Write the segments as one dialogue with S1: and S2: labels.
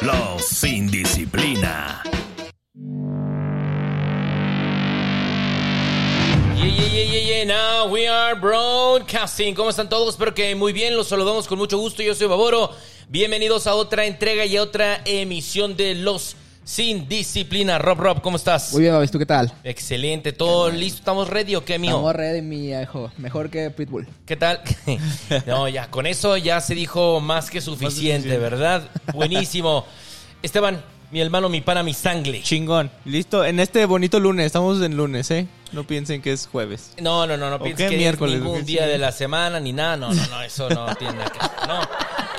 S1: Los sin disciplina.
S2: Yeah, yeah, yeah, yeah, yeah. Now we are broadcasting. ¿Cómo están todos? Espero que muy bien. Los saludamos con mucho gusto. Yo soy Baboro. Bienvenidos a otra entrega y a otra emisión de Los Sin Disciplina. Rob, Rob, ¿cómo estás?
S3: Muy bien, Babis, ¿tú qué tal?
S2: Excelente. ¿Todo listo? ¿Estamos ready o qué, mío?
S3: Estamos ready, mi hijo. Mejor que Pitbull.
S2: ¿Qué tal? no, ya, con eso ya se dijo más que suficiente, ¿verdad? Buenísimo. Esteban, mi hermano, mi pana, mi sangre.
S4: Chingón. Listo. En este bonito lunes. Estamos en lunes, ¿eh? No piensen que es jueves.
S2: No, no, no, no
S4: ¿O
S2: pienses
S4: qué
S2: que es
S4: miércoles?
S2: ningún
S4: ¿Qué
S2: día de
S4: chingados?
S2: la semana ni nada. No, no, no, eso no tiene nada que ver. No.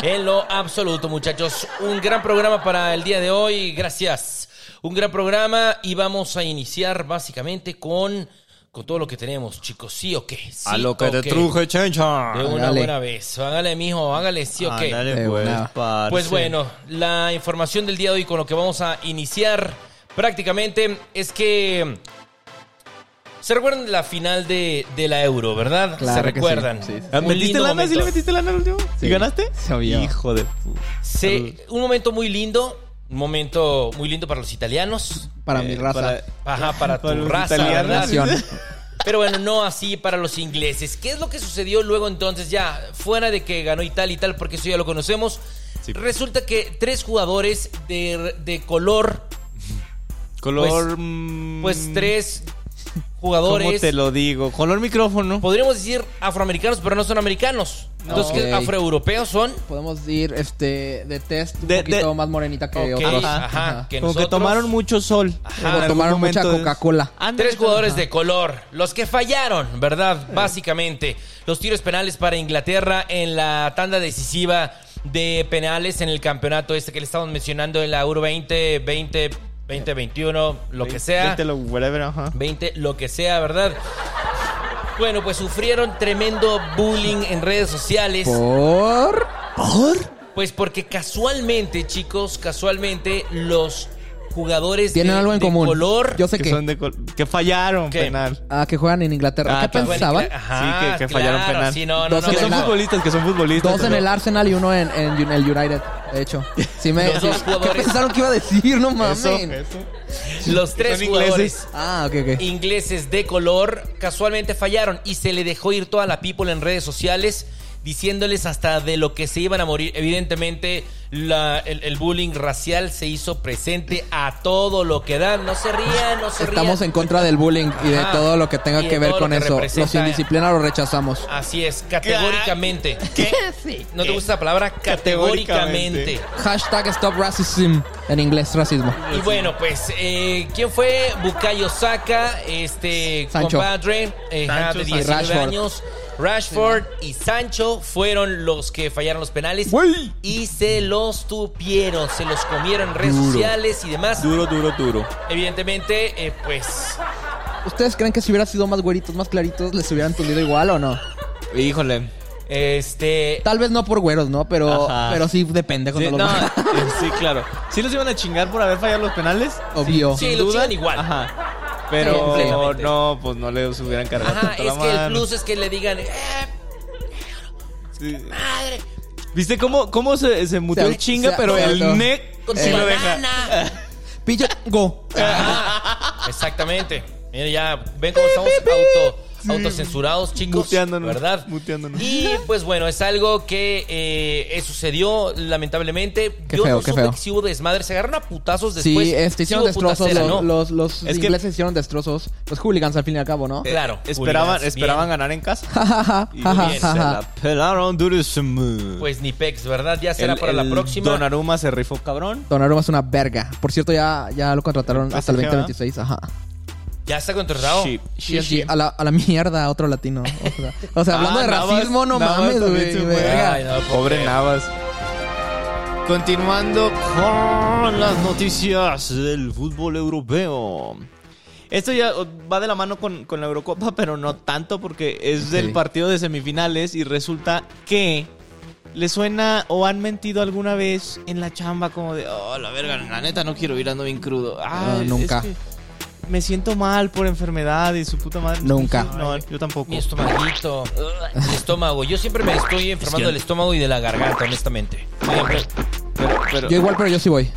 S2: En lo absoluto, muchachos. Un gran programa para el día de hoy. Gracias. Un gran programa y vamos a iniciar básicamente con, con todo lo que tenemos, chicos. ¿Sí o qué? ¿Sí
S4: a lo que
S2: o
S4: te
S2: qué?
S4: truje, chencha.
S2: De una
S3: Ándale.
S2: buena vez. Hágale, mijo, hágale, sí o qué.
S4: Ándale,
S3: De
S4: pues,
S3: una.
S4: parce.
S2: Pues bueno, la información del día de hoy con lo que vamos a iniciar prácticamente es que... ¿Se recuerdan de la final de, de la Euro, verdad?
S3: Claro
S2: ¿Se
S3: que sí.
S2: recuerdan?
S3: Sí, sí.
S4: Ah,
S2: Un
S4: ¿Metiste
S2: lindo
S4: lana? ¿Sí le
S2: momento.
S4: metiste lana al último?
S3: Sí.
S4: ¿Y ganaste?
S3: Se obvió.
S4: Hijo de puta.
S2: Sí, un momento muy lindo, un momento muy lindo para los italianos,
S3: Para
S4: Eh,
S3: mi raza.
S4: para-
S2: ajá, para,
S4: Para
S2: tu
S4: los
S2: raza,
S4: italianos.
S2: ¿verdad?
S3: Nación.
S2: Pero bueno, no así para los ingleses. ¿Qué es lo que sucedió luego entonces ya? Fuera de que ganó y tal y tal, porque eso ya lo conocemos.
S4: Sí.
S2: Resulta que tres jugadores de, de color,
S4: Color.
S2: Pues-
S4: mm,
S2: pues tres
S4: ¿Cómo
S2: jugadores,
S4: te lo digo? Color micrófono.
S2: podríamos decir afroamericanos, pero no son americanos. Entonces, ¿qué
S3: Ok.
S2: afroeuropeos son?
S3: Podemos ir este, de test un
S4: De-
S3: poquito
S4: de-
S3: más morenita que
S2: Ok,
S3: otros.
S2: ajá, que
S4: Como
S2: nosotros-
S4: que tomaron mucho sol.
S2: Ajá.
S4: En
S2: Como
S4: algún
S3: tomaron mucha
S4: momento.
S3: Coca-Cola.
S4: Ándale,
S2: Tres jugadores
S4: ajá.
S2: de color, los que fallaron, ¿verdad? Básicamente, los tiros penales para Inglaterra en la tanda decisiva de penales en el campeonato este que le estamos mencionando en la Euro 20, 20, 2021, lo que sea.
S4: Vete lo- whatever, ajá.
S2: 20, lo que sea, ¿verdad? Bueno, pues sufrieron tremendo bullying en redes sociales.
S3: ¿Por?
S2: Pues porque casualmente, chicos, casualmente los jugadores
S3: ¿Tienen
S2: de,
S3: algo en
S2: de
S3: común?
S2: color
S3: Yo sé
S4: que,
S3: que...
S4: son de col- que fallaron
S2: ¿Qué?
S4: penal.
S3: Ah, que juegan en Inglaterra.
S4: Ah,
S3: ¿Qué
S4: claro.
S3: pensaban?
S2: Ajá,
S4: sí, que, que fallaron
S2: claro,
S4: penal.
S2: sí, no, no,
S3: Dos
S2: no,
S4: que
S3: en
S2: no,
S4: son
S3: el-
S2: no.
S4: futbolistas, que son futbolistas.
S3: Dos en
S4: pero-
S3: el Arsenal y uno en, en Uni- el United, de hecho. Sí me,
S2: Los dos
S3: sí- ¿Qué
S2: jugadores.
S3: pensaron que iba a decir? No mames.
S4: Eso, eso.
S2: Los tres
S4: Son
S2: jugadores
S4: ingleses.
S3: Ah, ok, ok.
S2: ingleses de color casualmente fallaron y se le dejó ir toda la people en redes sociales diciéndoles hasta de lo que se iban a morir. Evidentemente, la- el, el bullying racial se hizo presente a todo lo que dan. No se rían, no se rían.
S3: Estamos en contra del bullying y de
S2: Ajá.
S3: todo lo que tenga
S2: Y de
S3: que ver
S2: todo lo
S3: con
S2: que
S3: eso. Los
S2: representa-
S3: indisciplina lo rechazamos.
S2: Así es, categóricamente.
S3: Sí.
S2: ¿No te gusta la palabra?
S4: Categóricamente.
S2: Categóricamente.
S3: Hashtag Stop Racism. En inglés, racismo.
S2: Y bueno, pues, eh, ¿quién fue? Bukayo Saka, este
S3: Sancho.
S2: compadre eh,
S4: Sancho,
S2: de
S4: Sancho.
S2: 19
S3: Rashford.
S2: años. Rashford y Sancho fueron los que fallaron los penales
S4: Güey.
S2: y se los tupieron, se los comieron en redes
S4: Duro.
S2: sociales y demás.
S4: Duro, duro, duro.
S2: Evidentemente, eh, pues,
S3: ¿Ustedes creen que si hubiera sido más güeritos, más claritos, les hubieran tundido igual o no?
S4: Híjole.
S2: este...
S3: Tal vez no por güeros, ¿no? Pero,
S4: Ajá.
S3: pero sí depende
S4: Sí,
S3: cuando
S4: no,
S3: los
S4: eh, sí, claro. ¿Sí los iban a chingar por haber fallado los penales?
S3: Obvio.
S2: Sí, los chingan igual.
S4: Ajá.
S2: Sí,
S4: Pero
S2: plenamente.
S4: no, pues no les hubieran cargado.
S2: Ajá,
S4: tanto
S2: es
S4: la
S2: que el
S4: mano.
S2: plus es que le digan, eh,
S4: Sí.
S2: madre,
S4: ¿Viste cómo, cómo se, se mutó
S3: Se-
S4: el chinga,
S3: se-
S4: pero
S3: se-
S4: el
S3: no.
S4: neck
S2: con
S4: sí
S2: tu
S4: lo deja?
S2: banana.
S3: Pinche go.
S2: Ajá, Exactamente. Mira, ya ven cómo estamos auto, autocensurados, chicos.
S4: Muteándonos,
S2: ¿Verdad?
S4: muteándonos.
S2: Y pues bueno, es algo que eh, eh, sucedió, lamentablemente.
S3: Qué
S2: Yo
S3: feo,
S2: no
S3: qué
S2: supe
S3: feo.
S2: que si hubo desmadres. Se agarraron a putazos después.
S3: Sí, este, hicieron
S2: hubo
S3: destrozos.
S2: putacera, ¿no?
S3: los los, los
S4: Es que-
S3: ingleses hicieron destrozos. Los hooligans, al fin y al cabo, ¿no?
S2: Eh, Claro,
S4: Esperaban,
S2: hooligans,
S4: esperaban
S2: bien.
S4: ganar en casa. Y se
S3: Jajaja.
S4: la pelaron durísimo.
S2: Pues ni pex, ¿verdad? Ya será
S4: El-
S2: para la
S4: el
S2: próxima.
S4: Donnarumma se rifó cabrón.
S3: Donnarumma es una verga. Por cierto, ya, ya lo contrataron hasta el
S4: PSG, ¿verdad?
S3: 2026. Ajá.
S2: Ya está contratado.
S4: Sí, sí,
S3: Sí,
S4: sí.
S3: A, la, a la mierda, otro latino. O sea, o sea,
S4: Ah,
S3: hablando de
S4: Navas-
S3: racismo, no
S4: Navas
S3: mames,
S4: también
S3: güey.
S4: se fue.
S3: verga.
S2: Ay, no lo puedo
S4: Pobre
S2: creer.
S4: Navas. Continuando con las noticias del fútbol europeo. Esto ya va de la mano con, con la Eurocopa, pero no tanto porque es del
S3: Ok.
S4: partido de semifinales y resulta que le suena o han mentido alguna vez en la chamba como de, oh, la verga, la neta no quiero ir ando bien crudo. Ah,
S3: No,
S4: es
S3: nunca.
S4: que me siento mal por enfermedad y su puta madre.
S3: Nunca.
S4: No, yo tampoco.
S2: Mi estomaguito. El estómago. Yo siempre me estoy enfermando del estómago y de la garganta, honestamente. Siempre.
S4: Pero, pero-
S3: Yo igual, pero yo sí voy.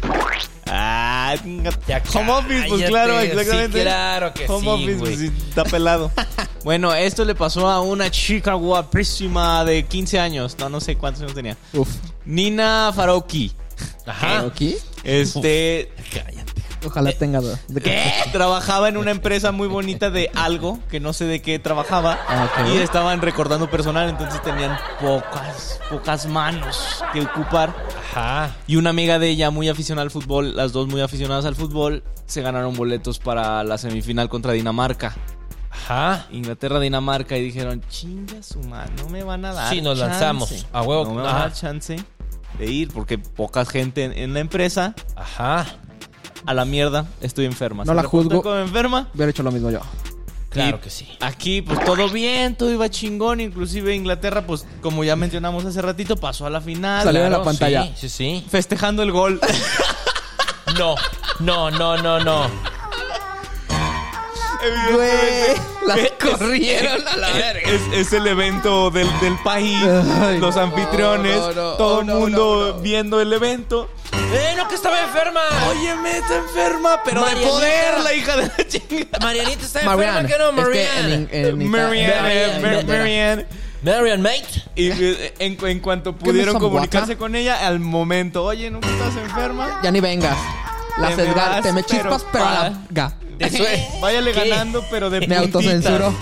S4: Ah, chinga-
S2: Ya
S4: home office, pues
S2: cállate,
S4: claro,
S2: sí,
S4: exactamente.
S2: claro que
S4: Home
S2: sí,
S4: office,
S2: güey.
S4: pues sí, está pelado. bueno, esto le pasó a una chica guapísima de 15 años. No, no sé cuántos años tenía.
S3: Uf.
S4: Nina Farouki. Ah.
S2: Ajá.
S3: ¿Aquí?
S4: Este
S2: Cállate.
S3: Ojalá tenga dos.
S4: trabajaba en una empresa muy bonita de algo que no sé de qué trabajaba
S3: Ah, ok.
S4: y estaban recordando personal, entonces tenían pocas pocas manos que ocupar.
S2: Ajá.
S4: Y una amiga de ella muy aficionada al fútbol, las dos muy aficionadas al fútbol, se ganaron boletos para la semifinal contra Dinamarca.
S2: Ajá.
S4: Inglaterra, Dinamarca, y dijeron, chinga su madre, no me van a dar.
S2: Sí, nos
S4: chance.
S2: lanzamos. A huevo.
S4: No me van a dar
S2: Ajá.
S4: chance de ir porque poca gente en, en la empresa.
S2: Ajá.
S4: A la mierda, estoy enferma.
S3: No
S4: Se
S3: la
S4: reportó
S3: juzgo.
S4: como enferma.
S3: Hubiera hecho lo mismo yo.
S2: Claro
S4: Y
S2: que sí.
S4: Aquí, pues todo bien, todo iba chingón. Inclusive Inglaterra, pues como ya mencionamos hace ratito, pasó a la final.
S3: Salió de
S4: claro,
S3: la pantalla.
S2: Sí, sí, sí.
S4: Festejando el gol.
S2: No, no, no, no, no.
S3: Güey, las
S4: Es-
S3: corrieron a la verga.
S4: Es, es el evento del, del país,
S3: Ay.
S4: los anfitriones,
S3: No, oh, no, no.
S4: todo el
S3: No, no,
S4: mundo
S3: no.
S4: viendo el evento.
S2: ¡Eh, no, que estaba enferma!
S4: Oye, me está enferma, pero
S2: Marianita.
S4: de poder, la hija de la chingada.
S2: Marianita está enferma,
S3: Marianne.
S2: ¿qué no?
S3: Es que en-
S2: Marianne.
S3: en-
S4: Marianne,
S3: en- Marianne,
S4: Mar-
S3: Marianne.
S4: Marianne.
S2: Marianne, mate.
S4: Y eh, en, en cuanto pudieron
S3: son guaca?
S4: comunicarse con ella, al momento, oye, ¿no estás enferma?
S3: Ya ni vengas. Las
S4: Te me
S3: Edgar,
S4: vas,
S3: te me
S4: pero
S3: chispas, pero
S4: pa-
S3: la ga.
S2: De sue-
S4: Váyale
S2: ¿Qué?
S4: ganando, pero de
S3: Me
S4: puntitas.
S3: autocensuro.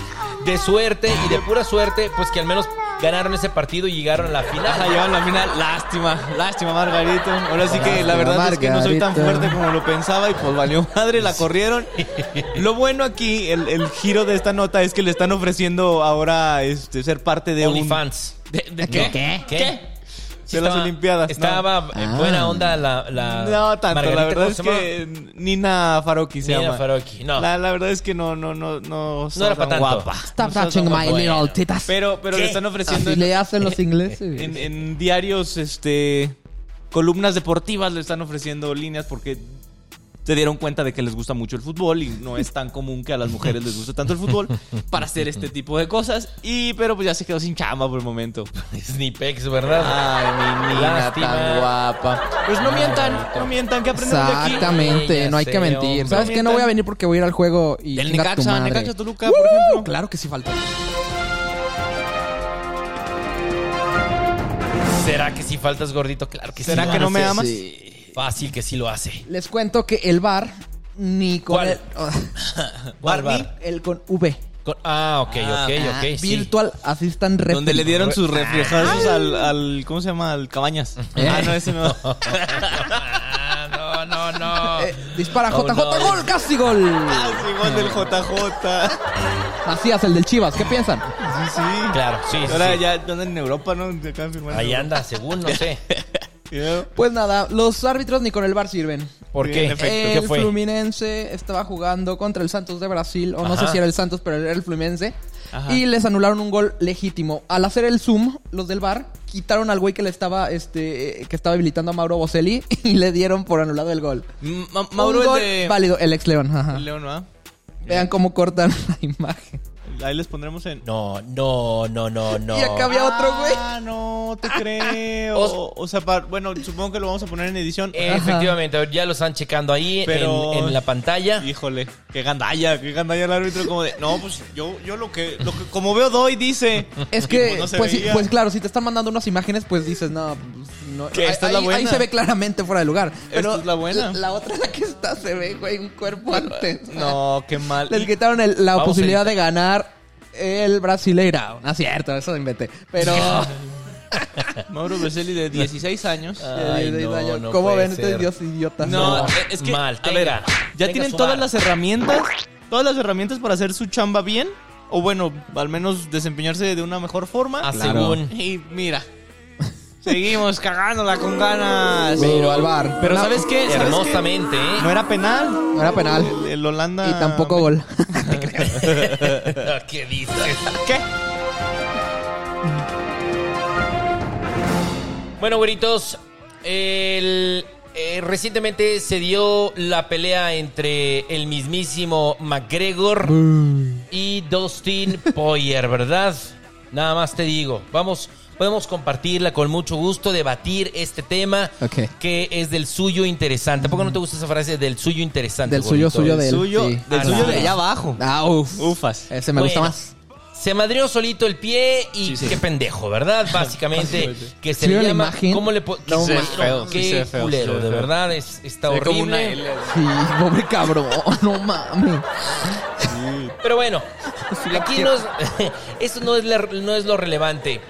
S2: De suerte y de pura suerte, pues que al menos ganaron ese partido y llegaron a la
S4: Ajá,
S2: final.
S4: llegaron la final. Lástima, lástima, Margarito. Ahora sí que la verdad es que no soy tan
S3: Margarito.
S4: fuerte como lo pensaba y pues valió madre, la corrieron. Lo bueno aquí, el, el giro de esta nota es que le están ofreciendo ahora este, ser parte de un,
S2: OnlyFans.
S4: ¿De, de
S2: ¿Qué?
S4: ¿Qué?
S2: Sí
S4: de las
S2: estaba-
S4: Olimpiadas. no.
S2: Estaba eh,
S3: Ah.
S2: buena onda la. la
S4: No, tanto.
S2: Margarita,
S4: la verdad
S2: ¿cómo
S4: es
S2: se llama?
S4: que Nina Faroki se
S2: Nina
S4: llama.
S2: Faroki, no.
S4: La, la verdad es que no, no, no, no.
S2: No era
S4: tan
S2: para tanto.
S4: guapa.
S3: Stop
S4: No sos
S3: touching
S4: tan
S3: my
S4: guapa.
S3: little titas.
S4: Pero, pero
S2: ¿Qué?
S4: le están ofreciendo
S3: Así le hacen los ingleses.
S4: en, en diarios, este, columnas deportivas le están ofreciendo líneas porque se dieron cuenta de que les gusta mucho el fútbol y no es tan común que a las mujeres les guste tanto el fútbol para hacer este tipo de cosas. Y pero pues ya se quedó sin chamba por el momento.
S2: Snipex, ¿verdad?
S4: Ah. Ay, mi niña
S2: Lástima.
S4: tan guapa. Pues no mientan, no mientan, que aprenden de aquí.
S3: Exactamente,
S2: Sí,
S3: no
S2: ya
S3: hay
S2: sé,
S3: que mentir.
S2: hombre.
S3: ¿Sabes qué? No voy a venir porque voy a ir al juego y.
S4: Del
S3: chinga tu
S4: Necaxa,
S3: madre.
S4: Necaxa Toluca, por ejemplo.
S3: Claro que sí falta.
S2: ¿Será que si faltas gordito? Claro que sí.
S4: ¿Será
S2: lo
S4: que no
S2: hace.
S4: me amas?
S2: Fácil que sí lo hace.
S3: Les cuento que el bar ni con
S2: ¿Cuál?
S3: el.
S2: ¿Cuál
S3: Barbie,
S2: bar?
S3: el con V.
S2: Con- ah, ok,
S4: Ah,
S2: ok,
S3: Ah,
S2: ok. sí.
S3: Virtual Assistant Ref.
S4: Donde le dieron sus reflejazos al, al- ¿Cómo se llama? Al Cabañas.
S3: Eh.
S4: Ah, no, ese no.
S2: Ah, no, no, no.
S3: Eh, dispara
S2: Oh,
S3: JJ,
S2: no.
S3: gol, casi gol.
S4: Ah, sí, gol del JJ.
S3: Macías, el del Chivas, ¿qué piensan?
S4: Sí, sí.
S2: Claro, sí, sí,
S4: Ahora
S2: sí.
S4: ya andan en Europa, ¿no? Te acaban de firmar en
S2: Ahí
S4: Europa.
S2: anda, según, no sé.
S4: Yeah.
S3: Pues nada, los árbitros ni con el bar sirven.
S2: ¿Por
S4: Sí,
S2: qué?
S4: en efecto.
S2: ¿Qué
S3: el
S2: fue?
S3: Fluminense estaba jugando contra el Santos de Brasil, o no
S2: Ajá.
S3: sé si era el Santos, pero era el Fluminense.
S4: Ajá.
S3: Y les anularon un gol legítimo. Al hacer el zoom, los del bar quitaron al güey que le estaba, este, eh, que estaba habilitando a Mauro Boselli y le dieron por anulado el gol.
S4: M- Ma-
S3: un
S4: Mauro
S3: gol
S4: es de
S3: válido, el ex León. ajá.
S4: León, ¿verdad?
S3: Vean cómo cortan la imagen.
S4: Ahí les pondremos en.
S2: No, no, no, no, no.
S3: Y acá había otro güey.
S4: Ah, no te creo.
S2: Os-
S4: o sea, par- bueno, supongo que lo vamos a poner en edición.
S2: Eh, Efectivamente, a ver, ya lo están checando ahí
S4: Pero-
S2: en, en la pantalla.
S4: Híjole, qué gandalla, qué gandalla el árbitro como de, no, pues yo yo lo que, lo que como veo doy dice.
S3: Es
S4: Y
S3: que,
S4: no se
S3: pues, sí,
S4: veía.
S3: pues claro, si te están mandando unas imágenes, pues dices, no, pues, no.
S4: Que esta
S3: ahí,
S4: es la
S3: ahí-
S4: buena.
S3: ahí se ve claramente fuera de lugar. Pero
S4: Esta es la buena.
S3: La, la otra, la que está, se ve, güey, un cuerpo antes.
S4: No, qué mal.
S3: Les quitaron el- la
S2: Vamos
S3: posibilidad de ganar el Brasileira. No es cierto, eso lo inventé. Pero,
S4: Mauro Berselli de 16 años.
S2: Ay,
S3: de- de- de-
S2: no,
S3: de-
S2: no
S3: ¿cómo
S2: puede
S3: ven estos
S2: ser.
S3: dios idiotas?
S4: No,
S2: No,
S4: eh, es que
S2: mal,
S4: a
S2: tenga,
S4: ver, ya
S2: tenga
S4: tienen
S2: su
S4: todas
S2: vara.
S4: las herramientas, todas las herramientas para hacer su chamba bien o bueno, al menos desempeñarse de una mejor forma.
S2: Ah,
S3: Claro.
S2: según.
S4: Y mira, seguimos cagándola con ganas.
S3: Pero al bar.
S4: Pero
S3: No,
S4: ¿sabes qué? ¿Sabes qué?
S2: Hermosamente,
S4: No
S2: ¿eh?
S4: era penal.
S3: No era penal.
S4: El, el Holanda
S3: Y tampoco gol.
S2: ¿Qué dices?
S4: ¿Qué?
S2: Bueno, güeritos, el- eh, recientemente se dio la pelea entre el mismísimo McGregor y Dustin Poirier, ¿verdad? Nada más te digo. Vamos, podemos compartirla con mucho gusto, debatir este tema
S3: Ok.
S2: que es del suyo interesante. ¿Tampoco no te gusta esa frase del suyo interesante?
S3: Del suyo,
S2: gordito?
S3: suyo
S4: El
S3: del-
S4: suyo,
S3: sí.
S4: del
S2: Ah,
S4: suyo
S2: no.
S4: de allá abajo.
S3: Ah, uf.
S4: Ufas.
S3: Ese me gusta
S2: Bueno,
S3: más.
S2: Se madrió solito el pie y
S4: Sí, sí.
S2: qué pendejo, ¿verdad? Básicamente, que se
S3: ¿Sí
S2: le
S3: vieron la
S2: llama...
S3: imagen?
S2: ¿Cómo le po-
S4: No,
S2: qué
S4: se ve
S2: culero,
S4: feo, sí se
S2: Qué
S4: ve feo,
S2: culero,
S4: se ve
S2: de
S4: feo.
S2: verdad, es, está
S4: Se ve
S2: horrible.
S4: como una L.
S3: Sí, pobre cabrón. No mames.
S2: Pero bueno, aquí no es, eso no es, la- no es lo relevante.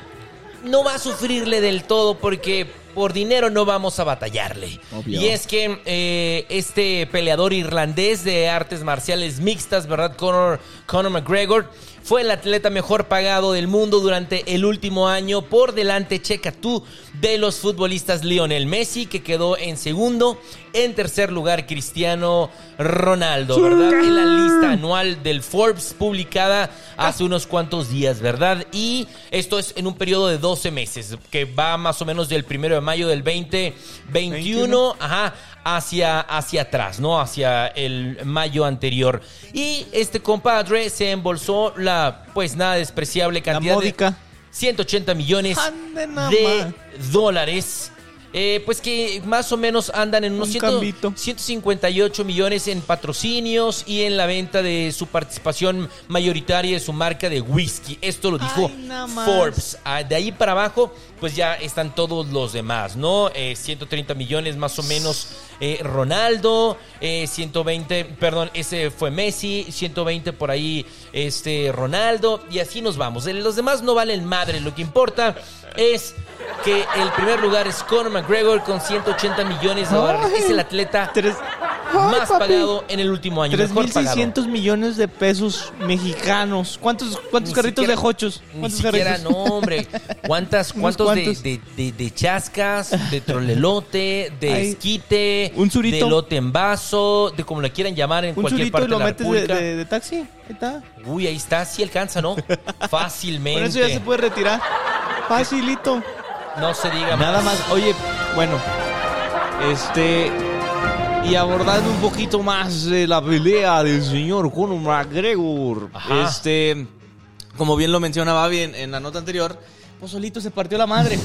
S2: No va a sufrirle del todo porque por dinero no vamos a batallarle.
S3: Obvio.
S2: Y es que eh, este peleador irlandés de artes marciales mixtas, ¿verdad? Conor, Conor McGregor fue el atleta mejor pagado del mundo durante el último año por delante, checa tú, de los futbolistas Lionel Messi, que quedó en segundo, en tercer lugar Cristiano Ronaldo, ¿verdad? En la lista anual del Forbes publicada hace unos cuantos días, ¿verdad? Y esto es en un periodo de 12 meses, que va más o menos del primero de mayo del 2021 ajá, hacia, hacia atrás, ¿no? Hacia el mayo anterior. Y este compadre se embolsó la, pues nada despreciable cantidad de
S4: módica.
S2: 180 millones
S4: Ande nada
S2: de dólares. eh, pues que más o menos andan en unos
S4: Un
S2: 100
S4: cambito.
S2: 158 millones en patrocinios y en la venta de su participación mayoritaria de su marca de whisky. Esto lo dijo
S4: Ay, nada más.
S2: Forbes. Ah, De ahí para abajo, pues ya están todos los demás, ¿no? Eh, 130 millones más o menos eh, Ronaldo, eh, 120, perdón, ese fue Messi, 120 por ahí este Ronaldo, y así nos vamos. Eh, Los demás no valen madre, lo que importa es que el primer lugar es Conor McGregor con 180 millones de dólares. Es el atleta
S4: Tres-
S2: más
S3: papi.
S2: pagado en el último año. mejor pagado.
S4: 3.600 millones de pesos mexicanos. ¿Cuántos, cuántos
S2: Ni
S4: carritos
S2: siquiera-
S4: de jochos?
S2: Ni
S4: ¿Cuántos
S2: siquiera,
S4: carritos?
S2: no, hombre. ¿Cuántas,
S4: Unos
S2: ¿Cuántos, de-
S4: cuantos.
S2: De, de- de chascas, de trolelote, de
S4: Ay,
S2: esquite,
S4: un surito.
S2: de lote en vaso, de como le quieran llamar en
S4: Un
S2: cualquier
S4: chulito
S2: parte
S4: y lo
S2: de la
S4: metes de,
S2: República?
S4: de- de taxi. Ahí está.
S2: Uy, ahí está, sí alcanza, ¿no? Fácilmente.
S4: Con eso ya se puede retirar. Facilito.
S2: No se diga
S4: Nada más, oye, bueno, este. Y abordando un poquito más de la pelea del señor Conor McGregor.
S2: Ajá.
S4: Este. Como bien lo mencionaba bien en la nota anterior, pues solito se partió la madre.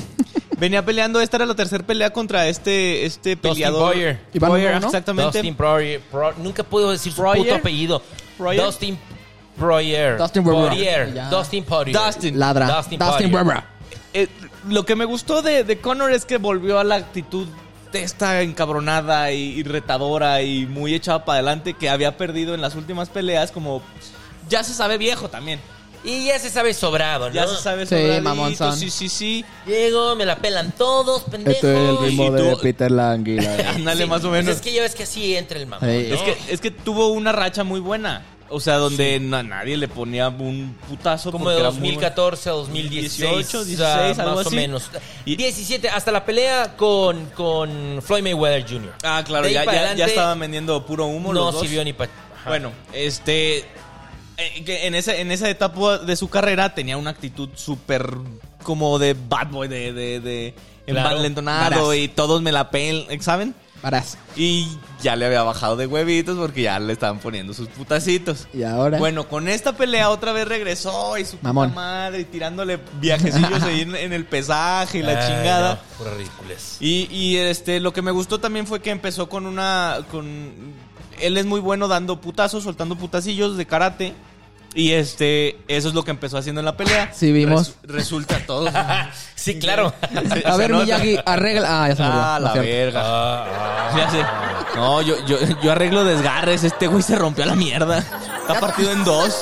S4: Venía peleando, esta era la tercera pelea contra este, este
S2: Dustin
S4: peleador.
S2: Poirier.
S3: Iván
S4: Poirier,
S3: Luna, ¿no?
S4: exactamente.
S2: Dustin Poirier. Pro- nunca puedo decir su
S4: Poirier.
S2: puto apellido.
S4: Poirier.
S2: Dustin Poirier.
S3: Dustin Poirier.
S2: Poirier.
S3: Ya.
S2: Dustin Poirier.
S4: Dustin.
S3: Ladra.
S2: Dustin
S3: Dustin,
S2: Poirier.
S3: Barbara.
S4: Eh, lo que me gustó de, de Conor es que volvió a la actitud de esta encabronada y, y retadora y muy echada para adelante que había perdido en las últimas peleas, como pues, ya se sabe viejo también.
S2: Y ya se sabe sobrado, ¿no?
S4: Ya se sabe
S3: Sí,
S4: sobradito,
S3: mamonzón.
S4: Sí, sí, sí.
S2: Llego, me la pelan todos,
S3: Este
S2: pendejos.
S4: ritmo de tú-
S3: Peter Languila.
S4: Ándale,
S2: Sí,
S4: más o
S2: pues
S4: menos. Eh,
S2: es que ya ves que así entra el mamón.
S3: Sí.
S2: ¿no?
S4: Es que, es que tuvo una racha muy buena. O sea, donde na- nadie le ponía un putazo.
S2: como
S4: porque
S2: de
S4: era muy
S2: 2014 a 2016,
S4: 18,
S2: o sea,
S4: 16, algo
S2: más o
S4: así.
S2: menos.
S4: Y-
S2: 17, hasta la pelea con, con Floyd Mayweather Jr.
S4: bueno. Ah, claro,
S2: De ahí
S4: ya,
S2: para
S4: ya, ya
S2: adelante,
S4: estaban vendiendo puro humo.
S2: No
S4: los dos.
S2: sirvió ni para.
S4: Bueno, este. eh, que en, esa, en esa etapa de su carrera tenía una actitud súper como de bad boy, de. de, de
S2: Claro,
S4: envalentonado
S2: varaz.
S4: y todos me la pelan, ¿saben?
S3: Varas.
S4: Y ya le había bajado de huevitos porque ya le estaban poniendo sus putacitos.
S3: Y ahora.
S4: Bueno, con esta pelea otra vez regresó y su puta
S3: Mamón.
S4: madre y tirándole viajecillos ahí en, en el pesaje y la chingada.
S2: por ridículas.
S4: Y, y, este, lo que me gustó también fue que empezó con una. con. Él es muy bueno dando putazos, soltando putacillos de karate. Y este, eso es lo que empezó haciendo en la pelea.
S3: Sí, vimos.
S4: Res- resulta todo.
S2: Sí, claro.
S3: A ver, Miyagi, arregla. Ah, ya se murió.
S4: Ah,
S3: no es
S4: la
S3: cierto.
S4: verga.
S2: Ah, ah.
S4: Ya sé. No, yo, yo, yo arreglo desgarres. Este güey se rompió a la mierda. Está partido en dos.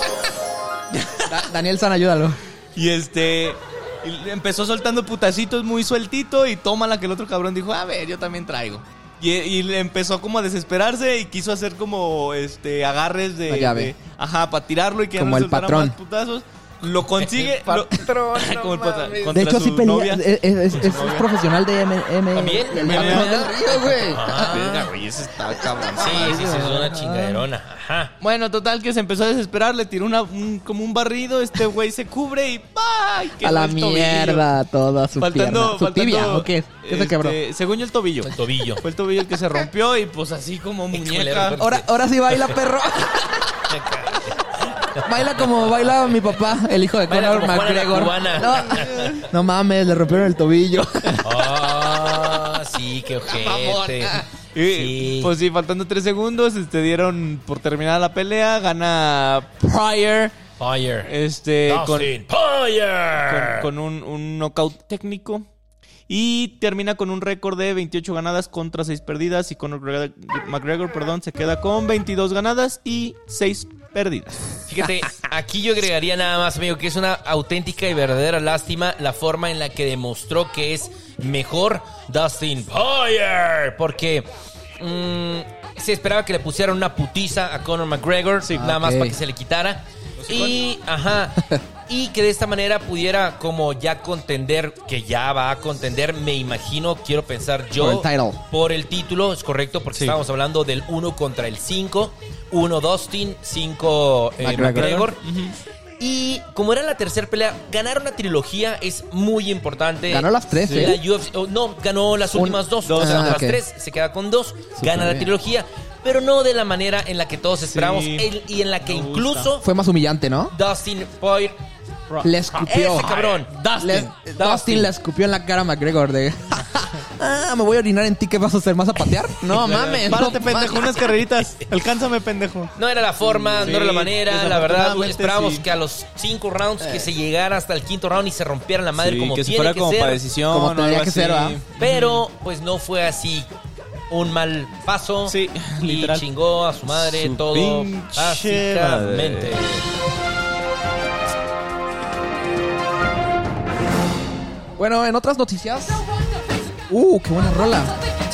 S3: Da- Daniel San, ayúdalo.
S4: Y este. y le Empezó soltando putacitos muy sueltito y toma la que el otro cabrón dijo, a ver, yo también traigo. Y, y le empezó como a desesperarse y quiso hacer como este agarres de.
S3: La llave.
S4: de- ajá, para tirarlo y que ya
S3: Como
S4: no
S3: el
S4: soltara
S3: patrón.
S4: más putazos. Lo consigue. lo- como el patrón.
S3: De
S4: contra
S3: hecho, sí
S4: su
S3: pelea. eh.
S4: novia.
S3: Es, es- es- es
S4: novia.
S3: profesional de M. M
S2: ¿También?
S3: del
S4: MMA.
S3: Campeón del Río, güey.
S2: Ah.
S4: Verga, güey, ese está cabrón.
S2: Sí, sí, sí, es una chingaderona. Ajá.
S4: Bueno, total que se empezó a desesperar, le tiró una, un- como un barrido, este güey se cubre y ¡ay!
S3: A la mierda, toda su pierna. ¿Su tibia o qué? ¿Qué se quebró?
S4: este, Según yo, el tobillo.
S2: El tobillo.
S4: Fue el tobillo el que se rompió y pues así como
S2: culero,
S4: muñeca.
S2: pero-
S3: Ahora, ahora sí baila, perro. Baila como baila mi papá, el hijo de
S2: Baila
S3: Conor
S2: como Juana la
S3: McGregor.
S2: cubana.
S3: No, no mames, le rompieron el tobillo.
S2: Ah, sí, qué ojete. Sí.
S4: Y, Pues sí, faltando tres segundos, este, dieron por terminada la pelea, gana Pryor,
S2: Fire.
S4: este, con,
S1: Dustin Poirier.
S4: con- con un, un knockout técnico. Y termina con un récord de 28 ganadas contra 6 perdidas. Y Conor McGregor, McGregor, perdón, se queda con 22 ganadas y 6 perdidas.
S2: Fíjate, aquí yo agregaría nada más, amigo, que es una auténtica y verdadera lástima la forma en la que demostró que es mejor Dustin Poirier. Porque mm, se esperaba que le pusieran una putiza a Conor McGregor, nada más
S3: Ok.
S2: para que se le quitara. Y, ajá, y que de esta manera pudiera como ya contender, que ya va a contender, me imagino, quiero pensar yo.
S3: Por el title.
S2: Por el título, es correcto, porque
S4: Sí.
S2: estábamos hablando del 1 contra el 5. 1 Dustin, 5
S3: McGregor.
S2: Eh, McGregor. Y como era la tercera pelea, ganar una trilogía es muy importante.
S3: Ganó las tres,
S2: Sí.
S3: ¿eh?
S2: La UFC, oh, no, ganó las
S3: Un-
S2: últimas dos.
S3: dos.
S2: o sea,
S3: Ah,
S2: las
S3: ok.
S2: tres, se queda con dos, gana la
S3: bien.
S2: trilogía, pero no de la manera en la que todos esperábamos
S4: Sí.
S2: el- y en la que
S4: Me gusta.
S2: incluso
S3: Fue más humillante, ¿no?
S2: Dustin Poirier, ah,
S3: Le escupió.
S2: ese cabrón,
S3: Dustin, le, Dustin. le escupió en la cara a McGregor de... ah, me voy a orinar en ti, ¿qué vas a hacer? ¿Más a patear? No mames. no
S4: Párate,
S3: mames.
S4: pendejo, unas carreritas. Alcánzame, pendejo.
S2: No era la forma,
S4: Sí,
S2: no era la manera. La verdad, güey,
S4: desafortunadamente,
S2: esperábamos
S4: sí.
S2: que a los cinco rounds
S3: Eh.
S2: que se llegara hasta el quinto round y se rompiera la madre
S4: Sí,
S2: como
S4: que si
S2: tiene
S4: fuera
S2: que
S4: como
S2: ser.
S4: para decisión
S3: Como
S4: o algo
S3: tendría que
S4: así.
S3: ser, ¿va?
S2: Pero, pues no fue así. Un mal paso.
S4: Sí,
S2: y
S4: literal.
S2: chingó a su madre
S4: Su
S2: todo
S4: pinche
S2: básicamente.
S4: madre.
S3: Bueno, en otras noticias... Uh, qué buena rola.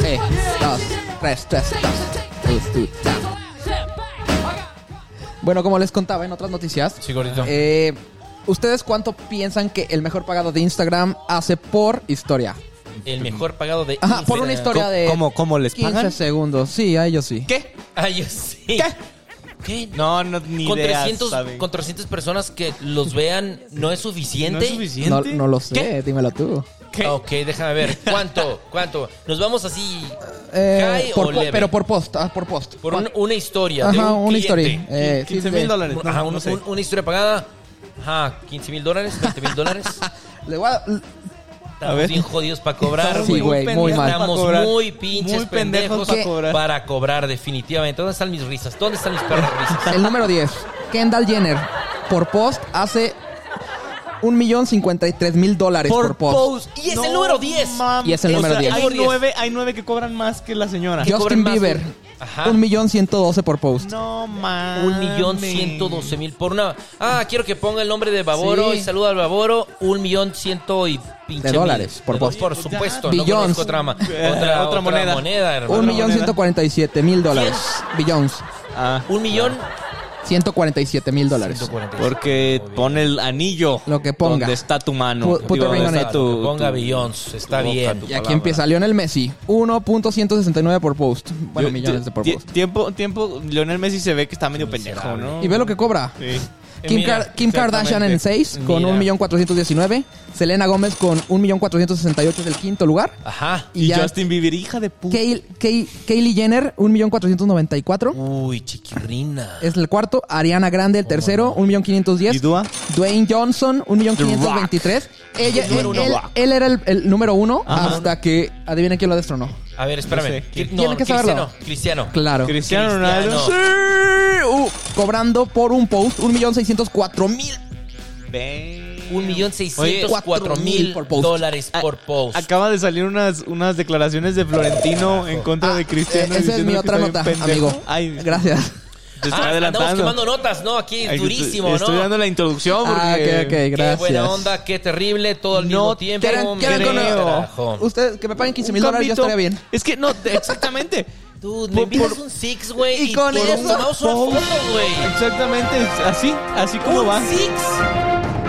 S3: Eh, dos, tres, tres, dos. Uy, sí, ya. Bueno, como les contaba en otras noticias,
S2: Sí, gordito.
S3: eh, ¿ustedes cuánto piensan que el mejor pagado de Instagram hace por historia?
S2: el mejor pagado de.
S3: Ajá, por
S2: Instagram.
S3: una historia
S4: ¿Cómo-
S3: de
S4: cómo- cómo les
S3: 15
S4: pagan?
S3: segundos. Sí, a ellos sí.
S4: ¿Qué?
S2: Ay, yo sí. ¿Qué?
S4: No, no, ni
S2: Con
S4: idea.
S2: 300,
S4: ¿saben?
S2: con 300 personas que los vean, ¿no es suficiente?
S4: ¿No es suficiente?
S3: No, no lo sé,
S4: ¿Qué?
S3: dímelo tú.
S4: ¿Qué?
S2: Ok, déjame ver. ¿Cuánto? ¿Cuánto? Nos vamos así.
S3: Eh,
S2: ¿High
S3: por
S2: o
S3: po-
S2: leve?
S3: pero por post, ah, por post.
S2: Por un-
S3: ¿Cuánto?
S2: una historia. de
S3: Ajá,
S2: un
S3: una
S2: cliente.
S3: historia. Eh, sí,
S4: 15
S3: de-
S4: mil dólares.
S2: Un-
S4: No,
S2: ajá,
S4: no
S2: Ah, un-
S4: sé.
S2: un- una historia pagada. Ajá, 15 mil dólares, 20 mil dólares.
S3: le voy a-
S4: A
S2: Estamos
S4: ver.
S2: bien jodidos para cobrar,
S3: Estamos Sí,
S2: güey.
S3: güey, muy mal.
S2: Estamos muy pinches
S4: Muy
S2: pendejos,
S4: pendejos
S2: para
S3: pa'
S2: cobrar.
S4: cobrar.
S2: definitivamente. ¿Dónde están mis risas? ¿Dónde están mis perras risas?
S3: El número 10. Kendall Jenner. Por post hace un millón cincuenta y tres mil dólares por, post.
S2: Y es el número 10.
S3: Y es el número 10.
S4: Hay
S2: Número 10.
S4: nueve, hay nueve que cobran más que la señora.
S2: Yo- cobran
S3: Justin
S2: más,
S3: Bieber.
S2: güey. Ajá.
S3: Un millón ciento doce por post.
S4: No mames.
S2: Un millón ciento doce mil por una. Ah, quiero que ponga el nombre de Baboro
S3: Sí.
S2: y saluda al Baboro. Un millón ciento y pinche
S3: De
S2: mil.
S3: dólares, por
S2: De-
S3: voz.
S2: Por supuesto, no
S3: Billions.
S2: conozco otra, ma- otra,
S4: Eh,
S2: otra,
S4: otra
S2: moneda.
S4: moneda.
S2: hermano.
S3: Un millón
S4: moneda.
S3: ciento cuarenta y siete mil dólares. Billions.
S4: Ah,
S2: Un millón.
S3: Ciento cuarenta y siete mil dólares.
S2: 147.
S4: porque
S2: Muy bien.
S4: pone el anillo.
S3: Lo que ponga.
S4: Donde está tu mano.
S3: Pu- put
S4: Digo,
S3: the ring
S4: donde
S3: on
S4: está
S3: it.
S4: tu-
S2: Que ponga
S4: tu-
S2: billions, está
S4: tu boca,
S2: bien.
S4: tu
S3: Y aquí
S4: palabra.
S3: empieza Lionel Messi. 1.169 por post. Bueno,
S4: Yo-
S3: millones de por
S4: tie-
S3: post.
S4: Tiempo, tiempo, Lionel Messi se ve que está medio pendejo, ¿no?
S3: Y ve lo que cobra.
S4: Sí. Eh,
S3: Kim,
S2: mira,
S3: Kar- Kim Kardashian en
S4: exactamente.
S3: 6 con
S2: Mira.
S3: 1.419. Selena Gómez con 1.468 es el quinto lugar.
S2: Ajá.
S4: Y,
S3: Y ya-
S4: Justin Bieber, hija de puta.
S3: Kay- Kay- Kylie Jenner, 1.494.
S4: Oh.
S2: Uy, chiquirrina.
S3: Es el cuarto. Ariana Grande, el tercero, 1.510.
S4: ¿Y Dua?
S3: Dwayne Johnson, 1.523. Ella, él,
S4: número
S3: él-
S4: uno. Ah,
S3: él era el, el número uno
S4: Ajá.
S3: hasta que, adivina quién lo destronó.
S2: A ver, espérame.
S4: No sé,
S2: Cri-
S4: ¿quién-
S2: no,
S3: tiene que saberlo?
S2: Cristiano. Cristiano.
S3: Claro.
S4: Cristiano Ronaldo.
S2: Cristiano.
S3: Sí, uh, cobrando por un post 1.604.000.
S4: Ve.
S2: Un millón
S4: Oye,
S2: seiscientos cuatro
S3: cuatro
S2: mil
S3: mil por post. Ah,
S2: dólares
S4: a-
S2: por post.
S4: Acaba de salir unas, unas declaraciones de Florentino en contra de Cristiano.
S3: Eh, Esa es
S4: diciendo
S3: mi
S4: que
S3: otra
S4: está bien
S3: nota,
S4: pendejo.
S3: amigo.
S4: Ay,
S3: Gracias.
S4: Te estoy
S2: Ah, andamos
S4: adelantando.
S2: quemando notas, ¿no? Aquí
S4: Ay,
S2: durísimo,
S4: te-
S2: ¿no?
S4: te Estoy dando la introducción porque...
S3: Ah, ok, ok, gracias.
S2: Qué buena onda, qué terrible, todo al mismo
S4: No
S2: tiempo.
S3: ¿Quieren, quieren con-
S4: creo.
S2: Carajo.
S3: Ustedes que me paguen 15 mil
S4: Un
S3: dólares, yo
S4: cambito.
S3: estaría bien.
S4: Es que no, te- exactamente.
S2: Dude, me
S4: Por-
S2: invitas
S4: por-
S2: un six, güey.
S3: y con
S2: por-
S3: eso-
S2: tomamos una foto, güey.
S4: Exactamente, es así, así como va.
S2: Un six.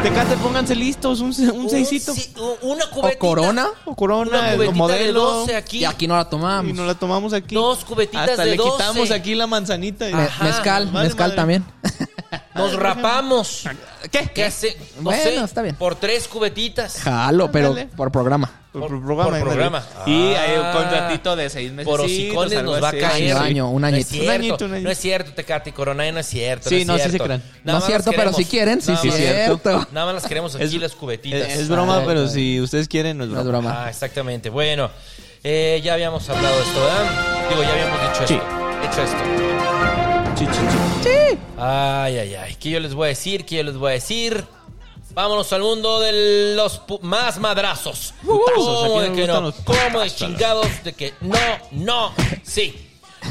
S4: Tecate, pónganse listos, un, se- un seisito.
S2: si- u- Una
S3: O
S2: cubetita.
S3: Corona.
S4: O
S2: Una
S4: Oh, corona, el
S2: cubetita de
S4: modelo.
S2: 12 aquí.
S3: Y aquí no la tomamos.
S4: Y nos la tomamos aquí.
S2: Dos cubetitas
S4: Hasta
S2: de
S4: le
S2: 12.
S4: quitamos aquí la manzanita. y-
S3: Me-
S2: Ajá,
S3: mezcal,
S4: vale
S3: mezcal
S4: madre.
S3: también.
S2: Nos rapamos.
S4: ¿Qué?
S2: ¿Qué hace? No
S3: Bueno,
S2: sé,
S3: está bien.
S2: Por tres cubetitas.
S3: Jalo, pero
S4: Ándale.
S3: por programa.
S2: Por- por
S4: ándale.
S2: programa.
S4: Y
S2: Ah.
S4: hay un contratito de seis meses.
S2: Por hocicones nos va a caer.
S3: Un año, un añito.
S2: No es
S4: Un añito,
S2: cierto,
S4: un añito.
S2: no es cierto, Tecate Corona, no es cierto.
S4: Sí,
S2: no,
S4: no,
S2: es
S4: sí se
S2: cierto.
S4: crean.
S3: No es
S2: más
S3: cierto,
S2: las
S3: pero si
S2: queremos.
S3: quieren, sí,
S2: Nada
S3: sí,
S2: más-
S3: cierto.
S2: Nada más las queremos aquí, las cubetitas.
S4: Es broma,
S3: Ay,
S4: pero
S3: ay.
S4: si ustedes quieren, no es
S3: No es
S4: broma.
S3: broma.
S2: Ah, exactamente. Bueno, eh, ya habíamos hablado de esto, ¿verdad? Digo, ya habíamos dicho
S4: Sí.
S2: esto. Hecho esto.
S4: Sí, sí, sí.
S2: Ay, ay, ay. ¿Qué yo les voy a decir? ¿Qué yo les voy a decir? Vámonos al mundo de los pu- más madrazos.
S4: Putazos,
S2: ¿Cómo de
S4: aquí nos
S2: que
S4: gustan
S2: no?
S4: los
S2: ¿Cómo de chingados de que no, no, sí?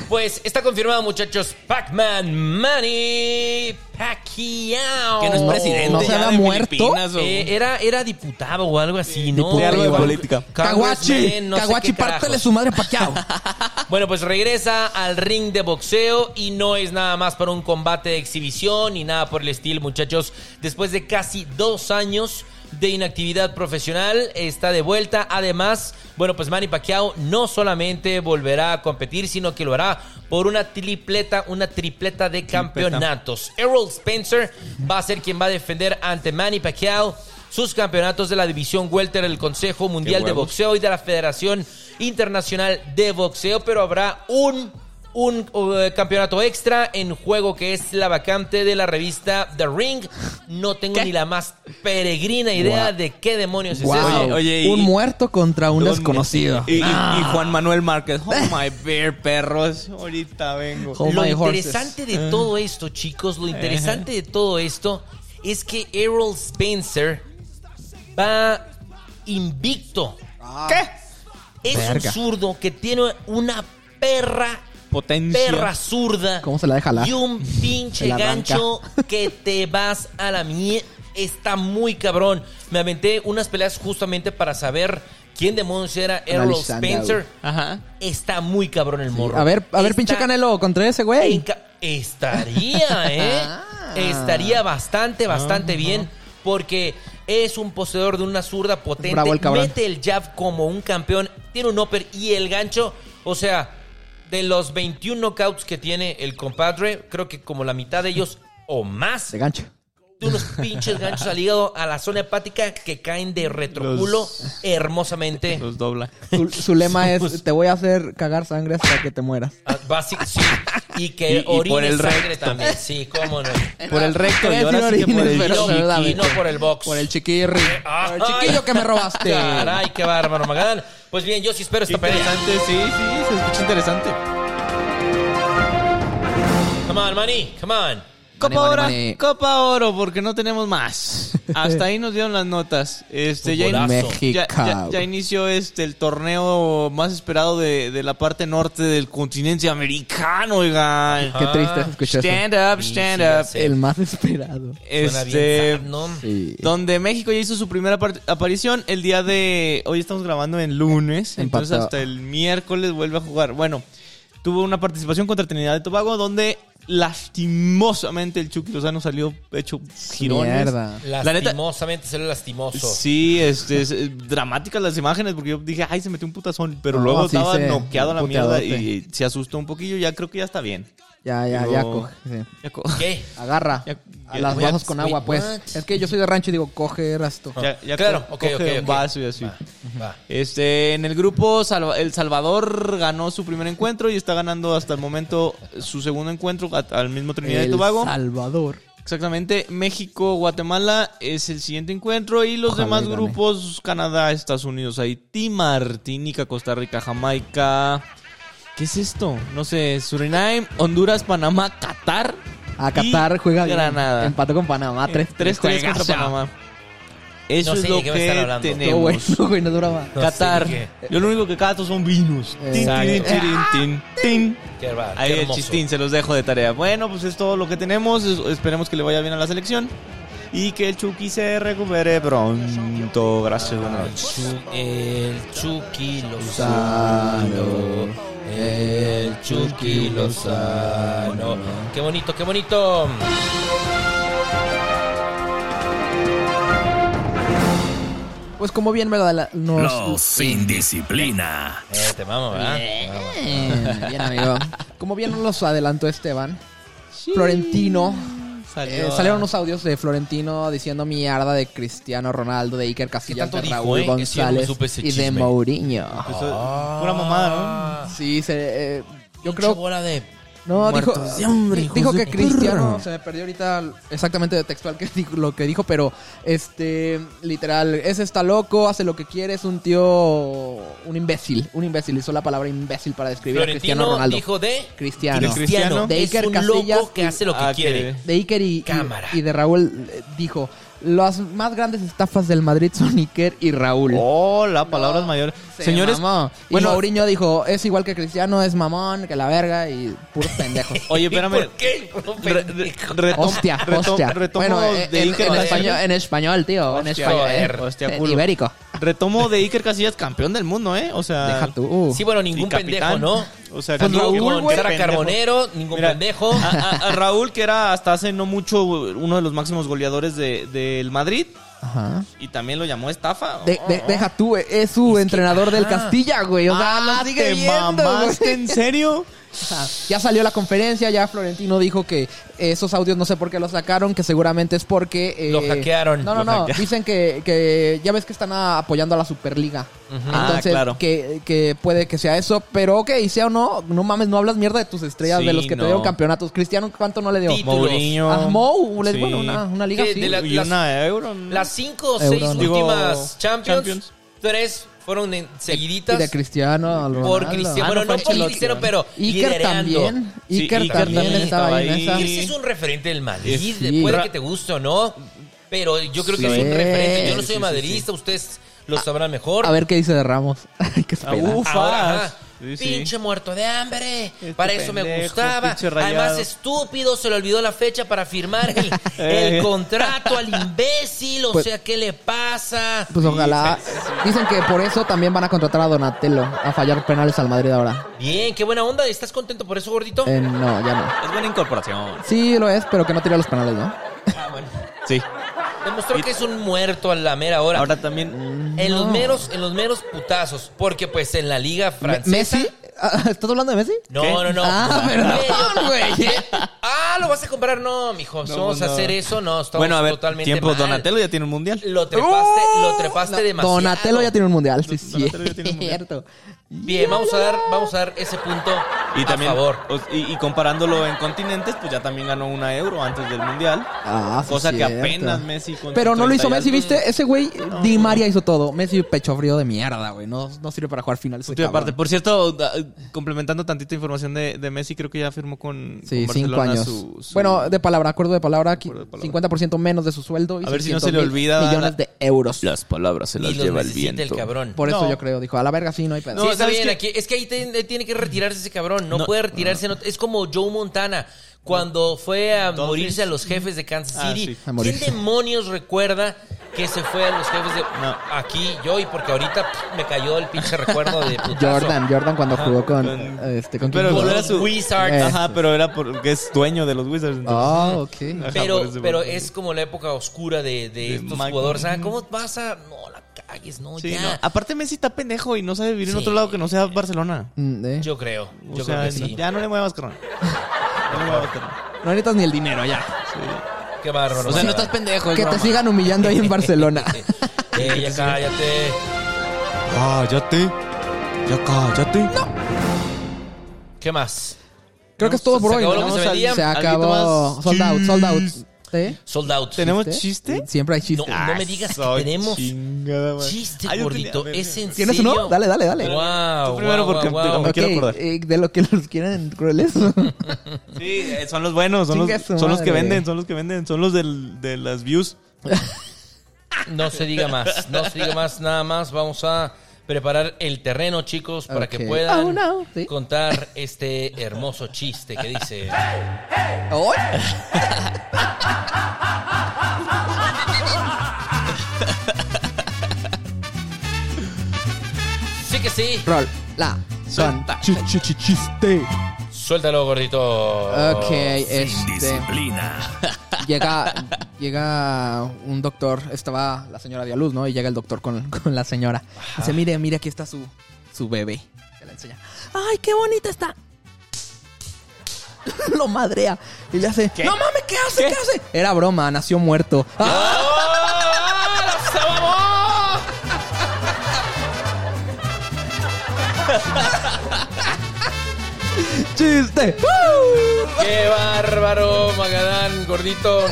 S2: Pues está confirmado, muchachos, Pac-Man Manny Pacquiao.
S4: Que no es presidente.
S3: ¿No se
S4: ya
S3: habrá
S4: de
S3: muerto?
S4: Filipinas, o-
S2: Eh, era, era diputado o algo así, ¿no?
S4: De algo de
S2: Congressman,
S4: política.
S3: Caguachi,
S2: no sé
S3: Caguachi,
S2: qué carajos.
S3: pártele su madre paqueado.
S2: Bueno, pues regresa al ring de boxeo y no es nada más para un combate de exhibición ni nada por el estilo, muchachos. Después de casi dos años de inactividad profesional, está de vuelta. Además, bueno, pues Manny Pacquiao no solamente volverá a competir, sino que lo hará por una tripleta, una tripleta de campeonatos. Errol Spencer va a ser quien va a defender ante Manny Pacquiao sus campeonatos de la división welter del Consejo Mundial de
S4: huevos.
S2: Boxeo boxeo y de la Federación Internacional de Boxeo, pero habrá un, un eh, campeonato extra en juego que es la vacante de la revista The Ring. No tengo ni la más peregrina idea
S3: Guau.
S2: de qué demonios es eso.
S3: wow.
S4: Oye, oye, y-
S3: un muerto contra un
S4: Don-
S3: desconocido. Ah.
S4: Y, y- y Juan Manuel Márquez. Oh my bear, perros. Ahorita vengo.
S3: Oh
S2: lo
S3: my horses.
S2: interesante de todo esto, chicos, lo interesante de todo esto es que Errol Spencer va invicto. ¿Qué? Es
S3: Verga.
S2: un zurdo que tiene una perra
S4: Potencia.
S2: perra zurda.
S3: ¿Cómo se la deja jalar?
S2: Y un pinche
S3: Se la arranca.
S2: gancho que te vas a la mierda. Está muy cabrón. Me aventé unas peleas justamente para saber quién demonios era Errol
S3: Analizando,
S2: Spencer.
S4: Ajá.
S2: Está muy cabrón el morro.
S3: A ver, a ver,
S2: Está
S3: pinche Canelo, contra ese güey.
S2: en ca- Estaría, ¿eh?
S4: Ah.
S2: Estaría bastante, bastante bien. Porque es un poseedor de una zurda potente.
S3: bravo el cabrón.
S2: Mete el jab como un campeón. Tiene un upper y el gancho. O sea, de los 21 knockouts que tiene el compadre, creo que como la mitad de ellos o más
S3: Se gancho.
S2: de unos pinches ganchos al hígado a la zona hepática que caen de retroculo
S4: Los-
S2: hermosamente.
S4: Los dobla.
S3: Su, su lema es: Te voy a hacer cagar sangre hasta que te mueras.
S2: Ah, básico, sí. Y
S4: Y-
S2: que
S4: y por
S2: orine
S4: el
S2: sangre
S4: recto.
S2: también. Sí, cómo no.
S4: Por el recto.
S3: Voy
S4: Y
S3: a
S4: ahora
S3: decir
S4: sí que por
S3: orines,
S4: el Eh,
S3: pero
S4: chiqui.
S3: verdad,
S2: chiquillo,
S3: güey.
S2: por el box.
S3: Por el chiquirri. Por
S2: Ay.
S3: el chiquillo que me robaste.
S2: Caray, qué bárbaro, Magán. Pues bien, yo sí espero
S4: Qué
S2: esta pelea.
S4: Interesante, sí, sí. Se escucha interesante.
S2: Come on, Manny, come on.
S4: Copa
S3: Mane,
S4: Oro,
S3: mane, mane.
S4: Copa Oro, porque no tenemos más. Hasta ahí nos dieron las notas. Este, ya,
S2: Futbolazo.
S4: in- ya-
S3: México.
S4: ya- ya inició este el torneo más esperado de, de la parte norte del continente americano, oigan.
S3: Qué triste escuchar eso.
S4: Stand up,
S2: Sí,
S4: stand
S2: sí, ya
S4: up.
S2: sé.
S3: El más esperado.
S2: Suena
S4: Este,
S2: bien sad, ¿no?
S3: Sí.
S4: donde México ya hizo su primera par- aparición el día de hoy estamos grabando en lunes, entonces
S3: Empatado.
S4: hasta el miércoles vuelve a jugar. Bueno, tuvo una participación contra Trinidad y Tobago donde lastimosamente el Chucky Lozano salió hecho girones.
S3: Mierda.
S4: La neta
S2: Lastimosamente se ve lastimoso.
S4: Sí, este, es, eh, dramáticas las imágenes porque yo dije, ay, se metió un putazón, pero
S3: No,
S4: luego
S3: sí
S4: estaba
S3: se-
S4: noqueado a la mierda
S3: puteadote.
S4: y se asustó un poquillo, ya creo que ya está bien.
S3: Ya, ya,
S4: Digo-
S3: ya. coge, sí.
S4: Ya, co-
S2: ¿Qué?
S3: Agarra
S4: Ya-
S3: a
S4: ya-
S3: las
S4: voy a-
S3: vasos con
S2: wait,
S3: agua, pues.
S2: what?
S3: Es que yo soy de rancho y digo, coge esto.
S4: ya- ya
S2: claro,
S4: co-
S2: ok, ok,
S4: coge un
S2: ok.
S4: vaso y así.
S2: Va, va.
S4: Este, en el grupo, Salva- El Salvador ganó su primer encuentro y está ganando hasta el momento su segundo encuentro a- al mismo Trinidad y
S3: El
S4: Tobago.
S3: Salvador.
S4: Exactamente, México, Guatemala es el siguiente encuentro y los
S3: Ojalá y
S4: demás
S3: gane.
S4: grupos, Canadá, Estados Unidos, Haití, Martinica, Costa Rica, Jamaica. ¿Qué es esto? No sé, Surinam, Honduras, Panamá, Qatar.
S3: A
S4: y
S3: Qatar juega bien. Em-
S4: Granada.
S3: Empató con Panamá 3-3.
S4: 3-3 contra Panamá. Eso
S2: No sé
S4: es
S2: de
S4: lo
S2: qué me están
S4: que
S2: hablando.
S3: No,
S4: tenemos.
S3: güey, no, güey, no duraba.
S2: No sé
S4: Qatar.
S2: de
S4: Yo lo único que cato son vinos. Tin, tin,
S2: Exacto.
S4: tirin, tin, tin.
S2: Qué va, qué
S4: Ahí el
S2: hermoso.
S4: chistín, se los dejo de tarea. Bueno, pues es todo lo que tenemos. Es- Esperemos que le vaya bien a la selección. Y que el Chucky se recupere pronto. Gracias, buenas
S2: El,
S4: noches.
S2: chu, el Chucky Lozano. El Chucky Lozano. Qué bonito, qué bonito.
S3: Pues como bien me lo da la- nos-
S1: Los sin disciplina.
S2: Eh, te vamos, ¿verdad?
S3: Bien, bien, amigo. Como bien nos los adelantó Esteban, Florentino
S4: Salió
S3: Eh, salieron unos audios de Florentino diciendo mierda de Cristiano Ronaldo, de Iker Casillas,
S2: tanto
S3: de
S2: dijo,
S3: Raúl
S2: eh? Que sí, yo no me
S3: González
S2: supe ese
S3: y de
S2: chisme.
S3: Mourinho.
S4: pues, eh, Pura mamada, ¿no?
S3: Sí, se, eh, yo
S2: Pinche
S3: creo...
S2: Ah. bola de...
S3: No, dijo,
S4: Muertos de hambre, hijos
S3: dijo
S4: de
S3: que Cristiano,
S4: perra.
S3: se me perdió ahorita exactamente de textual que dijo- lo que dijo, pero este, literal, ese está loco, hace lo que quiere, es un tío, un imbécil, un imbécil, usó la palabra imbécil para describir a Cristiano
S2: Florentino
S3: Ronaldo.
S2: dijo de...
S3: Cristiano.
S4: De Cristiano.
S2: Cristiano
S3: De
S2: es
S3: Iker
S2: un
S3: Casillas
S2: loco que
S3: y-
S2: hace lo que
S4: Ah, que-
S2: quiere.
S3: de Iker y, y-
S2: Cámara.
S3: y de Raúl eh, dijo, las más grandes estafas del Madrid son Iker y Raúl.
S2: Oh.
S4: Hola, palabras mayores.
S3: Se
S4: Señores,
S3: mamó. y
S4: bueno,
S3: Mourinho dijo, es igual que Cristiano, es mamón, que la verga y puros pendejos.
S4: oye, espérame.
S2: ¿Por qué? No,
S4: Re-
S2: pendejo.
S4: re- retom-
S3: Hostia,
S4: retom-
S3: hostia.
S4: Retomo
S3: bueno, eh,
S4: de
S3: en,
S4: Iker
S3: en
S4: Casillas.
S3: español, en español, tío. en
S4: Hostia,
S3: español.
S2: joder,
S3: eh.
S4: hostia,
S3: En
S4: culo.
S3: ibérico.
S4: Retomo de Iker Casillas, campeón del mundo, ¿eh? O sea.
S3: Deja tú. uh,
S2: Sí, bueno, ningún
S4: y capitán.
S2: pendejo, ¿no?
S4: O sea,
S3: Pues
S4: ganó
S3: Raúl,
S4: con
S3: güey.
S4: Sara
S2: Sara Carbonero, ningún
S4: Mira, Ah,
S2: pendejo.
S4: A, a- a Raúl, que era hasta hace no mucho uno de los máximos goleadores de- del Madrid,
S3: Ajá.
S4: y también lo llamó estafa.
S3: De- de- deja tú, eh, es su entrenador del
S2: ajá.
S3: Castilla, güey. O sea,
S4: Ah,
S3: lo sigue
S4: ¿te
S3: viendo,
S4: mamaste,
S3: güey.
S4: ¿En serio?
S3: O sea, ya salió la conferencia, ya Florentino dijo que esos audios no sé por qué los sacaron, que seguramente es porque... eh,
S2: Lo hackearon.
S3: No,
S2: Lo
S3: no, no.
S2: hackea-
S3: Dicen que, que ya ves que están ah, apoyando a la Superliga.
S4: Ah,
S3: Entonces,
S4: claro.
S3: que, que puede que sea eso. Pero ok, sea o no, no mames, no hablas mierda de tus estrellas,
S4: Sí,
S3: de los que
S4: no.
S3: te dieron campeonatos. Cristiano, ¿cuánto no le dio?
S2: Títulos.
S4: Mourinho.
S3: Ah, Mou, les-
S4: Sí.
S3: bueno, una, una liga
S2: Que
S3: sí.
S2: de la-
S4: y
S2: las-
S4: una euro. ¿no?
S2: Las cinco o seis
S3: Euro, ¿no?
S2: últimas
S4: Digo,
S2: Champions,
S4: Champions.
S2: tres fueron en-
S3: Y
S2: seguiditas.
S3: de Cristiano, al
S2: por
S3: Ronaldo.
S2: Cristiano,
S4: Ah,
S2: bueno,
S4: no fue
S2: no por
S4: Ancelotti,
S2: Cristiano,
S4: ¿no?
S2: pero
S3: Iker también.
S4: Sí,
S3: Iker,
S4: Iker
S3: también
S4: también
S3: estaba ahí en
S4: estaba
S3: esa.
S4: ahí.
S2: Ese es un referente del Madrid.
S3: Sí.
S2: Puede
S4: Ra-
S2: que te guste o no, pero yo creo que
S3: Sí.
S2: es un referente. Yo no
S3: Sí, Ah.
S4: sí,
S2: soy
S4: sí,
S2: madridista, ustedes lo sabrán mejor.
S3: A ver qué dice de Ramos. Hay que
S4: Ah,
S3: esperar.
S4: uf.
S2: Ahora,
S4: Ufas.
S2: ajá,
S4: Sí, sí.
S2: pinche muerto de hambre.
S4: Este
S2: para eso me
S4: pendejo,
S2: gustaba.
S4: pinche rayado.
S2: Además, estúpido, se le olvidó la fecha para firmar el,
S4: Eh.
S2: el contrato al imbécil. O
S3: Pues-
S2: sea, ¿qué le pasa?
S3: Pues ojalá. Dicen que por eso también van a contratar a Donatello a fallar penales al Madrid ahora.
S2: Bien, qué buena onda. ¿Estás contento por eso, gordito?
S3: Eh, no, ya no.
S4: Es buena incorporación.
S3: Sí, lo es, pero que no tira los penales, ¿no?
S2: Ah, bueno.
S4: Sí.
S2: Demostró que es un muerto a la mera hora.
S4: Ahora también.
S2: en los
S3: no.
S2: meros, en los meros putazos. Porque pues en la liga
S3: Me-
S2: francesa.
S3: ¿Messi? Ah, ¿Estás hablando de Messi?
S2: No,
S4: ¿Qué?
S2: no, no.
S3: Ah, perdón,
S2: güey. Ah, lo vas a comprar. No, mijo. Si
S4: No,
S2: vamos
S4: no.
S2: a hacer eso, no. Estamos
S4: Bueno, a ver,
S2: totalmente
S4: tiempo.
S2: mal.
S4: Donatello ya tiene un mundial.
S2: Lo trepaste, lo trepaste
S3: ¡Oh! No,
S2: demasiado.
S3: Donatello ya tiene un mundial, sí, sí.
S4: Donatello ya tiene un mundial.
S3: Cierto.
S2: Bien, vamos a dar, vamos a dar ese punto
S4: Y también,
S2: a favor.
S4: o- y, y comparándolo en continentes, pues ya también ganó una euro antes del mundial.
S3: Ah, sí,
S4: cosa que
S3: cierto.
S4: apenas Messi con
S3: Pero no lo hizo
S4: 30 y
S3: Messi,
S4: algo.
S3: ¿viste? Ese güey, Di María hizo todo. Messi, pecho frío de mierda, güey. No, no sirve para jugar finales. ese
S4: Punto y aparte.
S3: cabrón.
S4: Por cierto, da- complementando tantita información de, de Messi, creo que ya firmó con,
S3: Sí,
S4: con
S3: cinco
S4: Barcelona
S3: años.
S4: su- su-
S3: Bueno, de palabra, acuerdo de palabra, aquí
S4: Acuerdo de palabra.
S3: 50% menos de su sueldo. Y
S4: A ver si no se
S3: 600
S4: le
S3: mil
S4: olvida
S3: Millones
S4: la-
S3: de euros.
S4: las palabras se
S2: Y los necesita el cabrón.
S3: Por eso
S4: No.
S3: yo creo, dijo, a la verga sí, no hay pedo.
S4: No,
S2: sí, está
S4: ¿sabes
S2: bien.
S4: qué?
S2: Aquí, es que ahí tiene, tiene que retirarse ese cabrón. No,
S4: No,
S2: puede retirarse. no- es como Joe Montana. Cuando fue a
S4: Dolphins.
S2: morirse a los jefes de Kansas
S4: Ah,
S2: City.
S4: sí.
S3: A
S2: ¿Quién
S3: morirse.
S2: demonios recuerda que se fue a los jefes de...
S4: No.
S2: Aquí, yo, y porque ahorita pff, me cayó el pinche recuerdo de putazo.
S3: Jordan, Jordan cuando jugó con,
S4: Con-
S3: este,
S2: Con
S4: pero
S3: con quién
S4: Pero
S3: jugó.
S4: era
S2: los
S4: su-
S2: Wizards.
S3: Eh.
S4: Ajá, pero era porque es dueño de los Wizards. entonces.
S3: Ah, ok.
S4: Ajá, por
S2: Pero,
S4: ese
S2: pero
S4: motivo.
S2: es como la época oscura de, de estos
S4: Mike-
S2: jugadores. Ah, ¿Cómo vas a...? No, la cagues, no,
S4: Sí,
S2: ya.
S4: no. Aparte, Messi está pendejo y no sabe vivir en
S2: Sí.
S4: otro lado que no sea Barcelona.
S3: Mm, eh.
S2: Yo creo.
S4: O
S2: Yo creo
S4: sea,
S2: que sí.
S4: ya no le muevas, carnal. Ya no le muevas, carnal.
S3: No necesitas ni el dinero ya.
S4: Sí.
S2: Qué bárbaro.
S4: O sea, no
S2: bárbaro.
S4: estás pendejo. es
S3: que te
S4: broma.
S3: sigan humillando ahí en Barcelona.
S2: Eh, ya cállate.
S4: Cállate. Ya cállate.
S2: ¿Qué más?
S3: Creo que es todo
S2: Se
S3: por hoy.
S2: acabó lo
S3: ¿no?
S2: que se vendía.
S3: Se
S4: Alguito
S3: acabó.
S4: más.
S3: Sold out, sold out. ¿Sí?
S2: Sold out.
S4: ¿Tenemos
S3: ¿Sí?
S4: chiste? Ah,
S3: Siempre hay
S2: No,
S3: chistes.
S2: no me digas que tenemos
S4: Chingada, madre.
S2: chiste,
S4: Ay, yo tenía-
S2: gordito.
S4: a ver,
S2: Es en
S3: ¿Tienes
S2: serio.
S3: uno? Dale, dale, dale.
S2: Wow.
S4: Tú primero porque te- me
S3: Ok,
S4: quiero acordar.
S3: eh, de lo que los quieran crueles.
S4: Sí, eh, son los buenos, son, los,
S3: Chinga su
S4: son los que
S3: madre.
S4: venden, son los que venden, son los del- de las views.
S2: No se diga más. No se diga más. Nada más. Vamos a preparar el terreno, chicos, para que
S3: Ok.
S4: Ah,
S2: puedan
S3: Oh, no. Sí.
S2: contar este hermoso chiste que dice.
S3: Hoy,
S2: Sí que sí.
S3: Roll. La. Son. Chiste.
S2: Suéltalo, gordito.
S3: Ok,
S1: Sin
S3: este.
S1: disciplina.
S3: llega, llega un doctor, estaba la señora de a luz, ¿no? Y llega el doctor con, con la señora. Dice, mire, mire, aquí está su, su bebé. Se la enseña. ¡Ay, qué bonita está! lo madrea. Y le hace, no mames, ¿qué hace? ¿Qué? hace? Era broma, nació muerto. ¡Ah!
S2: ¡Se mamó!
S3: ¡Chiste! ¡Woo!
S2: ¡Qué bárbaro, Magadán, gordito!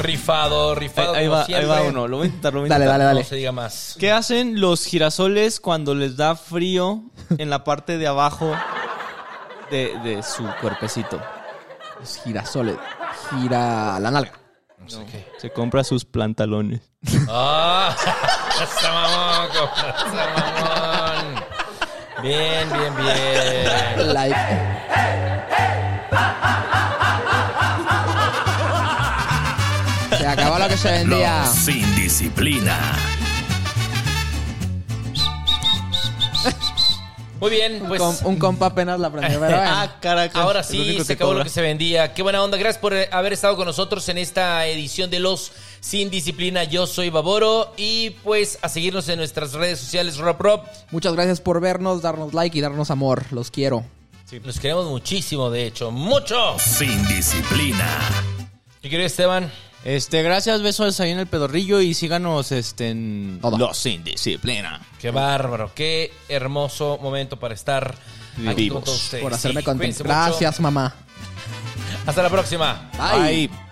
S2: Rifado, rifado.
S4: Ahí, ahí
S2: como
S4: va, ahí
S2: siempre.
S4: va uno, lo voy a intentar, lo voy a
S3: Dale,
S4: intentar.
S3: dale,
S2: No
S3: dale.
S2: se diga más.
S4: ¿Qué hacen los girasoles cuando les da frío en la parte de abajo de, de su cuerpecito?
S3: Los girasoles. Gira la nalga.
S2: No sé qué.
S4: Se compra sus pantalones.
S2: ¡Ah! ¡Se mamó, compa, se mamón! Bien, bien, bien.
S3: Like. Se acabó lo que se vendía.
S1: Los sin disciplina.
S2: Muy bien, pues.
S3: Com- un compa apenas la aprendió. Pero bueno.
S4: Ah, caracas.
S2: Ahora
S4: El único
S2: sí,
S4: que
S2: se acabó lo
S4: cobra.
S2: que se vendía. Qué buena onda. Gracias por eh, haber estado con nosotros en esta edición de Los Sin Disciplina. Yo soy Baboro. Y pues a seguirnos en nuestras redes sociales, Rob Rob.
S3: Muchas gracias por vernos, darnos like y darnos amor. Los quiero.
S2: Los queremos muchísimo, de hecho. ¡Mucho!
S1: Sin disciplina.
S2: Yo quiero Esteban.
S4: Este, gracias, besos ahí en el pedorrillo y síganos este, en
S3: Todo.
S4: Los Sin Disciplina.
S2: Qué bárbaro, qué hermoso momento para estar aquí
S4: Vivos.
S2: con todos ustedes.
S3: Por hacerme
S2: Sí, cuídense
S3: contento.
S2: mucho.
S3: Gracias, mamá.
S2: Hasta la próxima.
S3: Bye.
S4: Bye.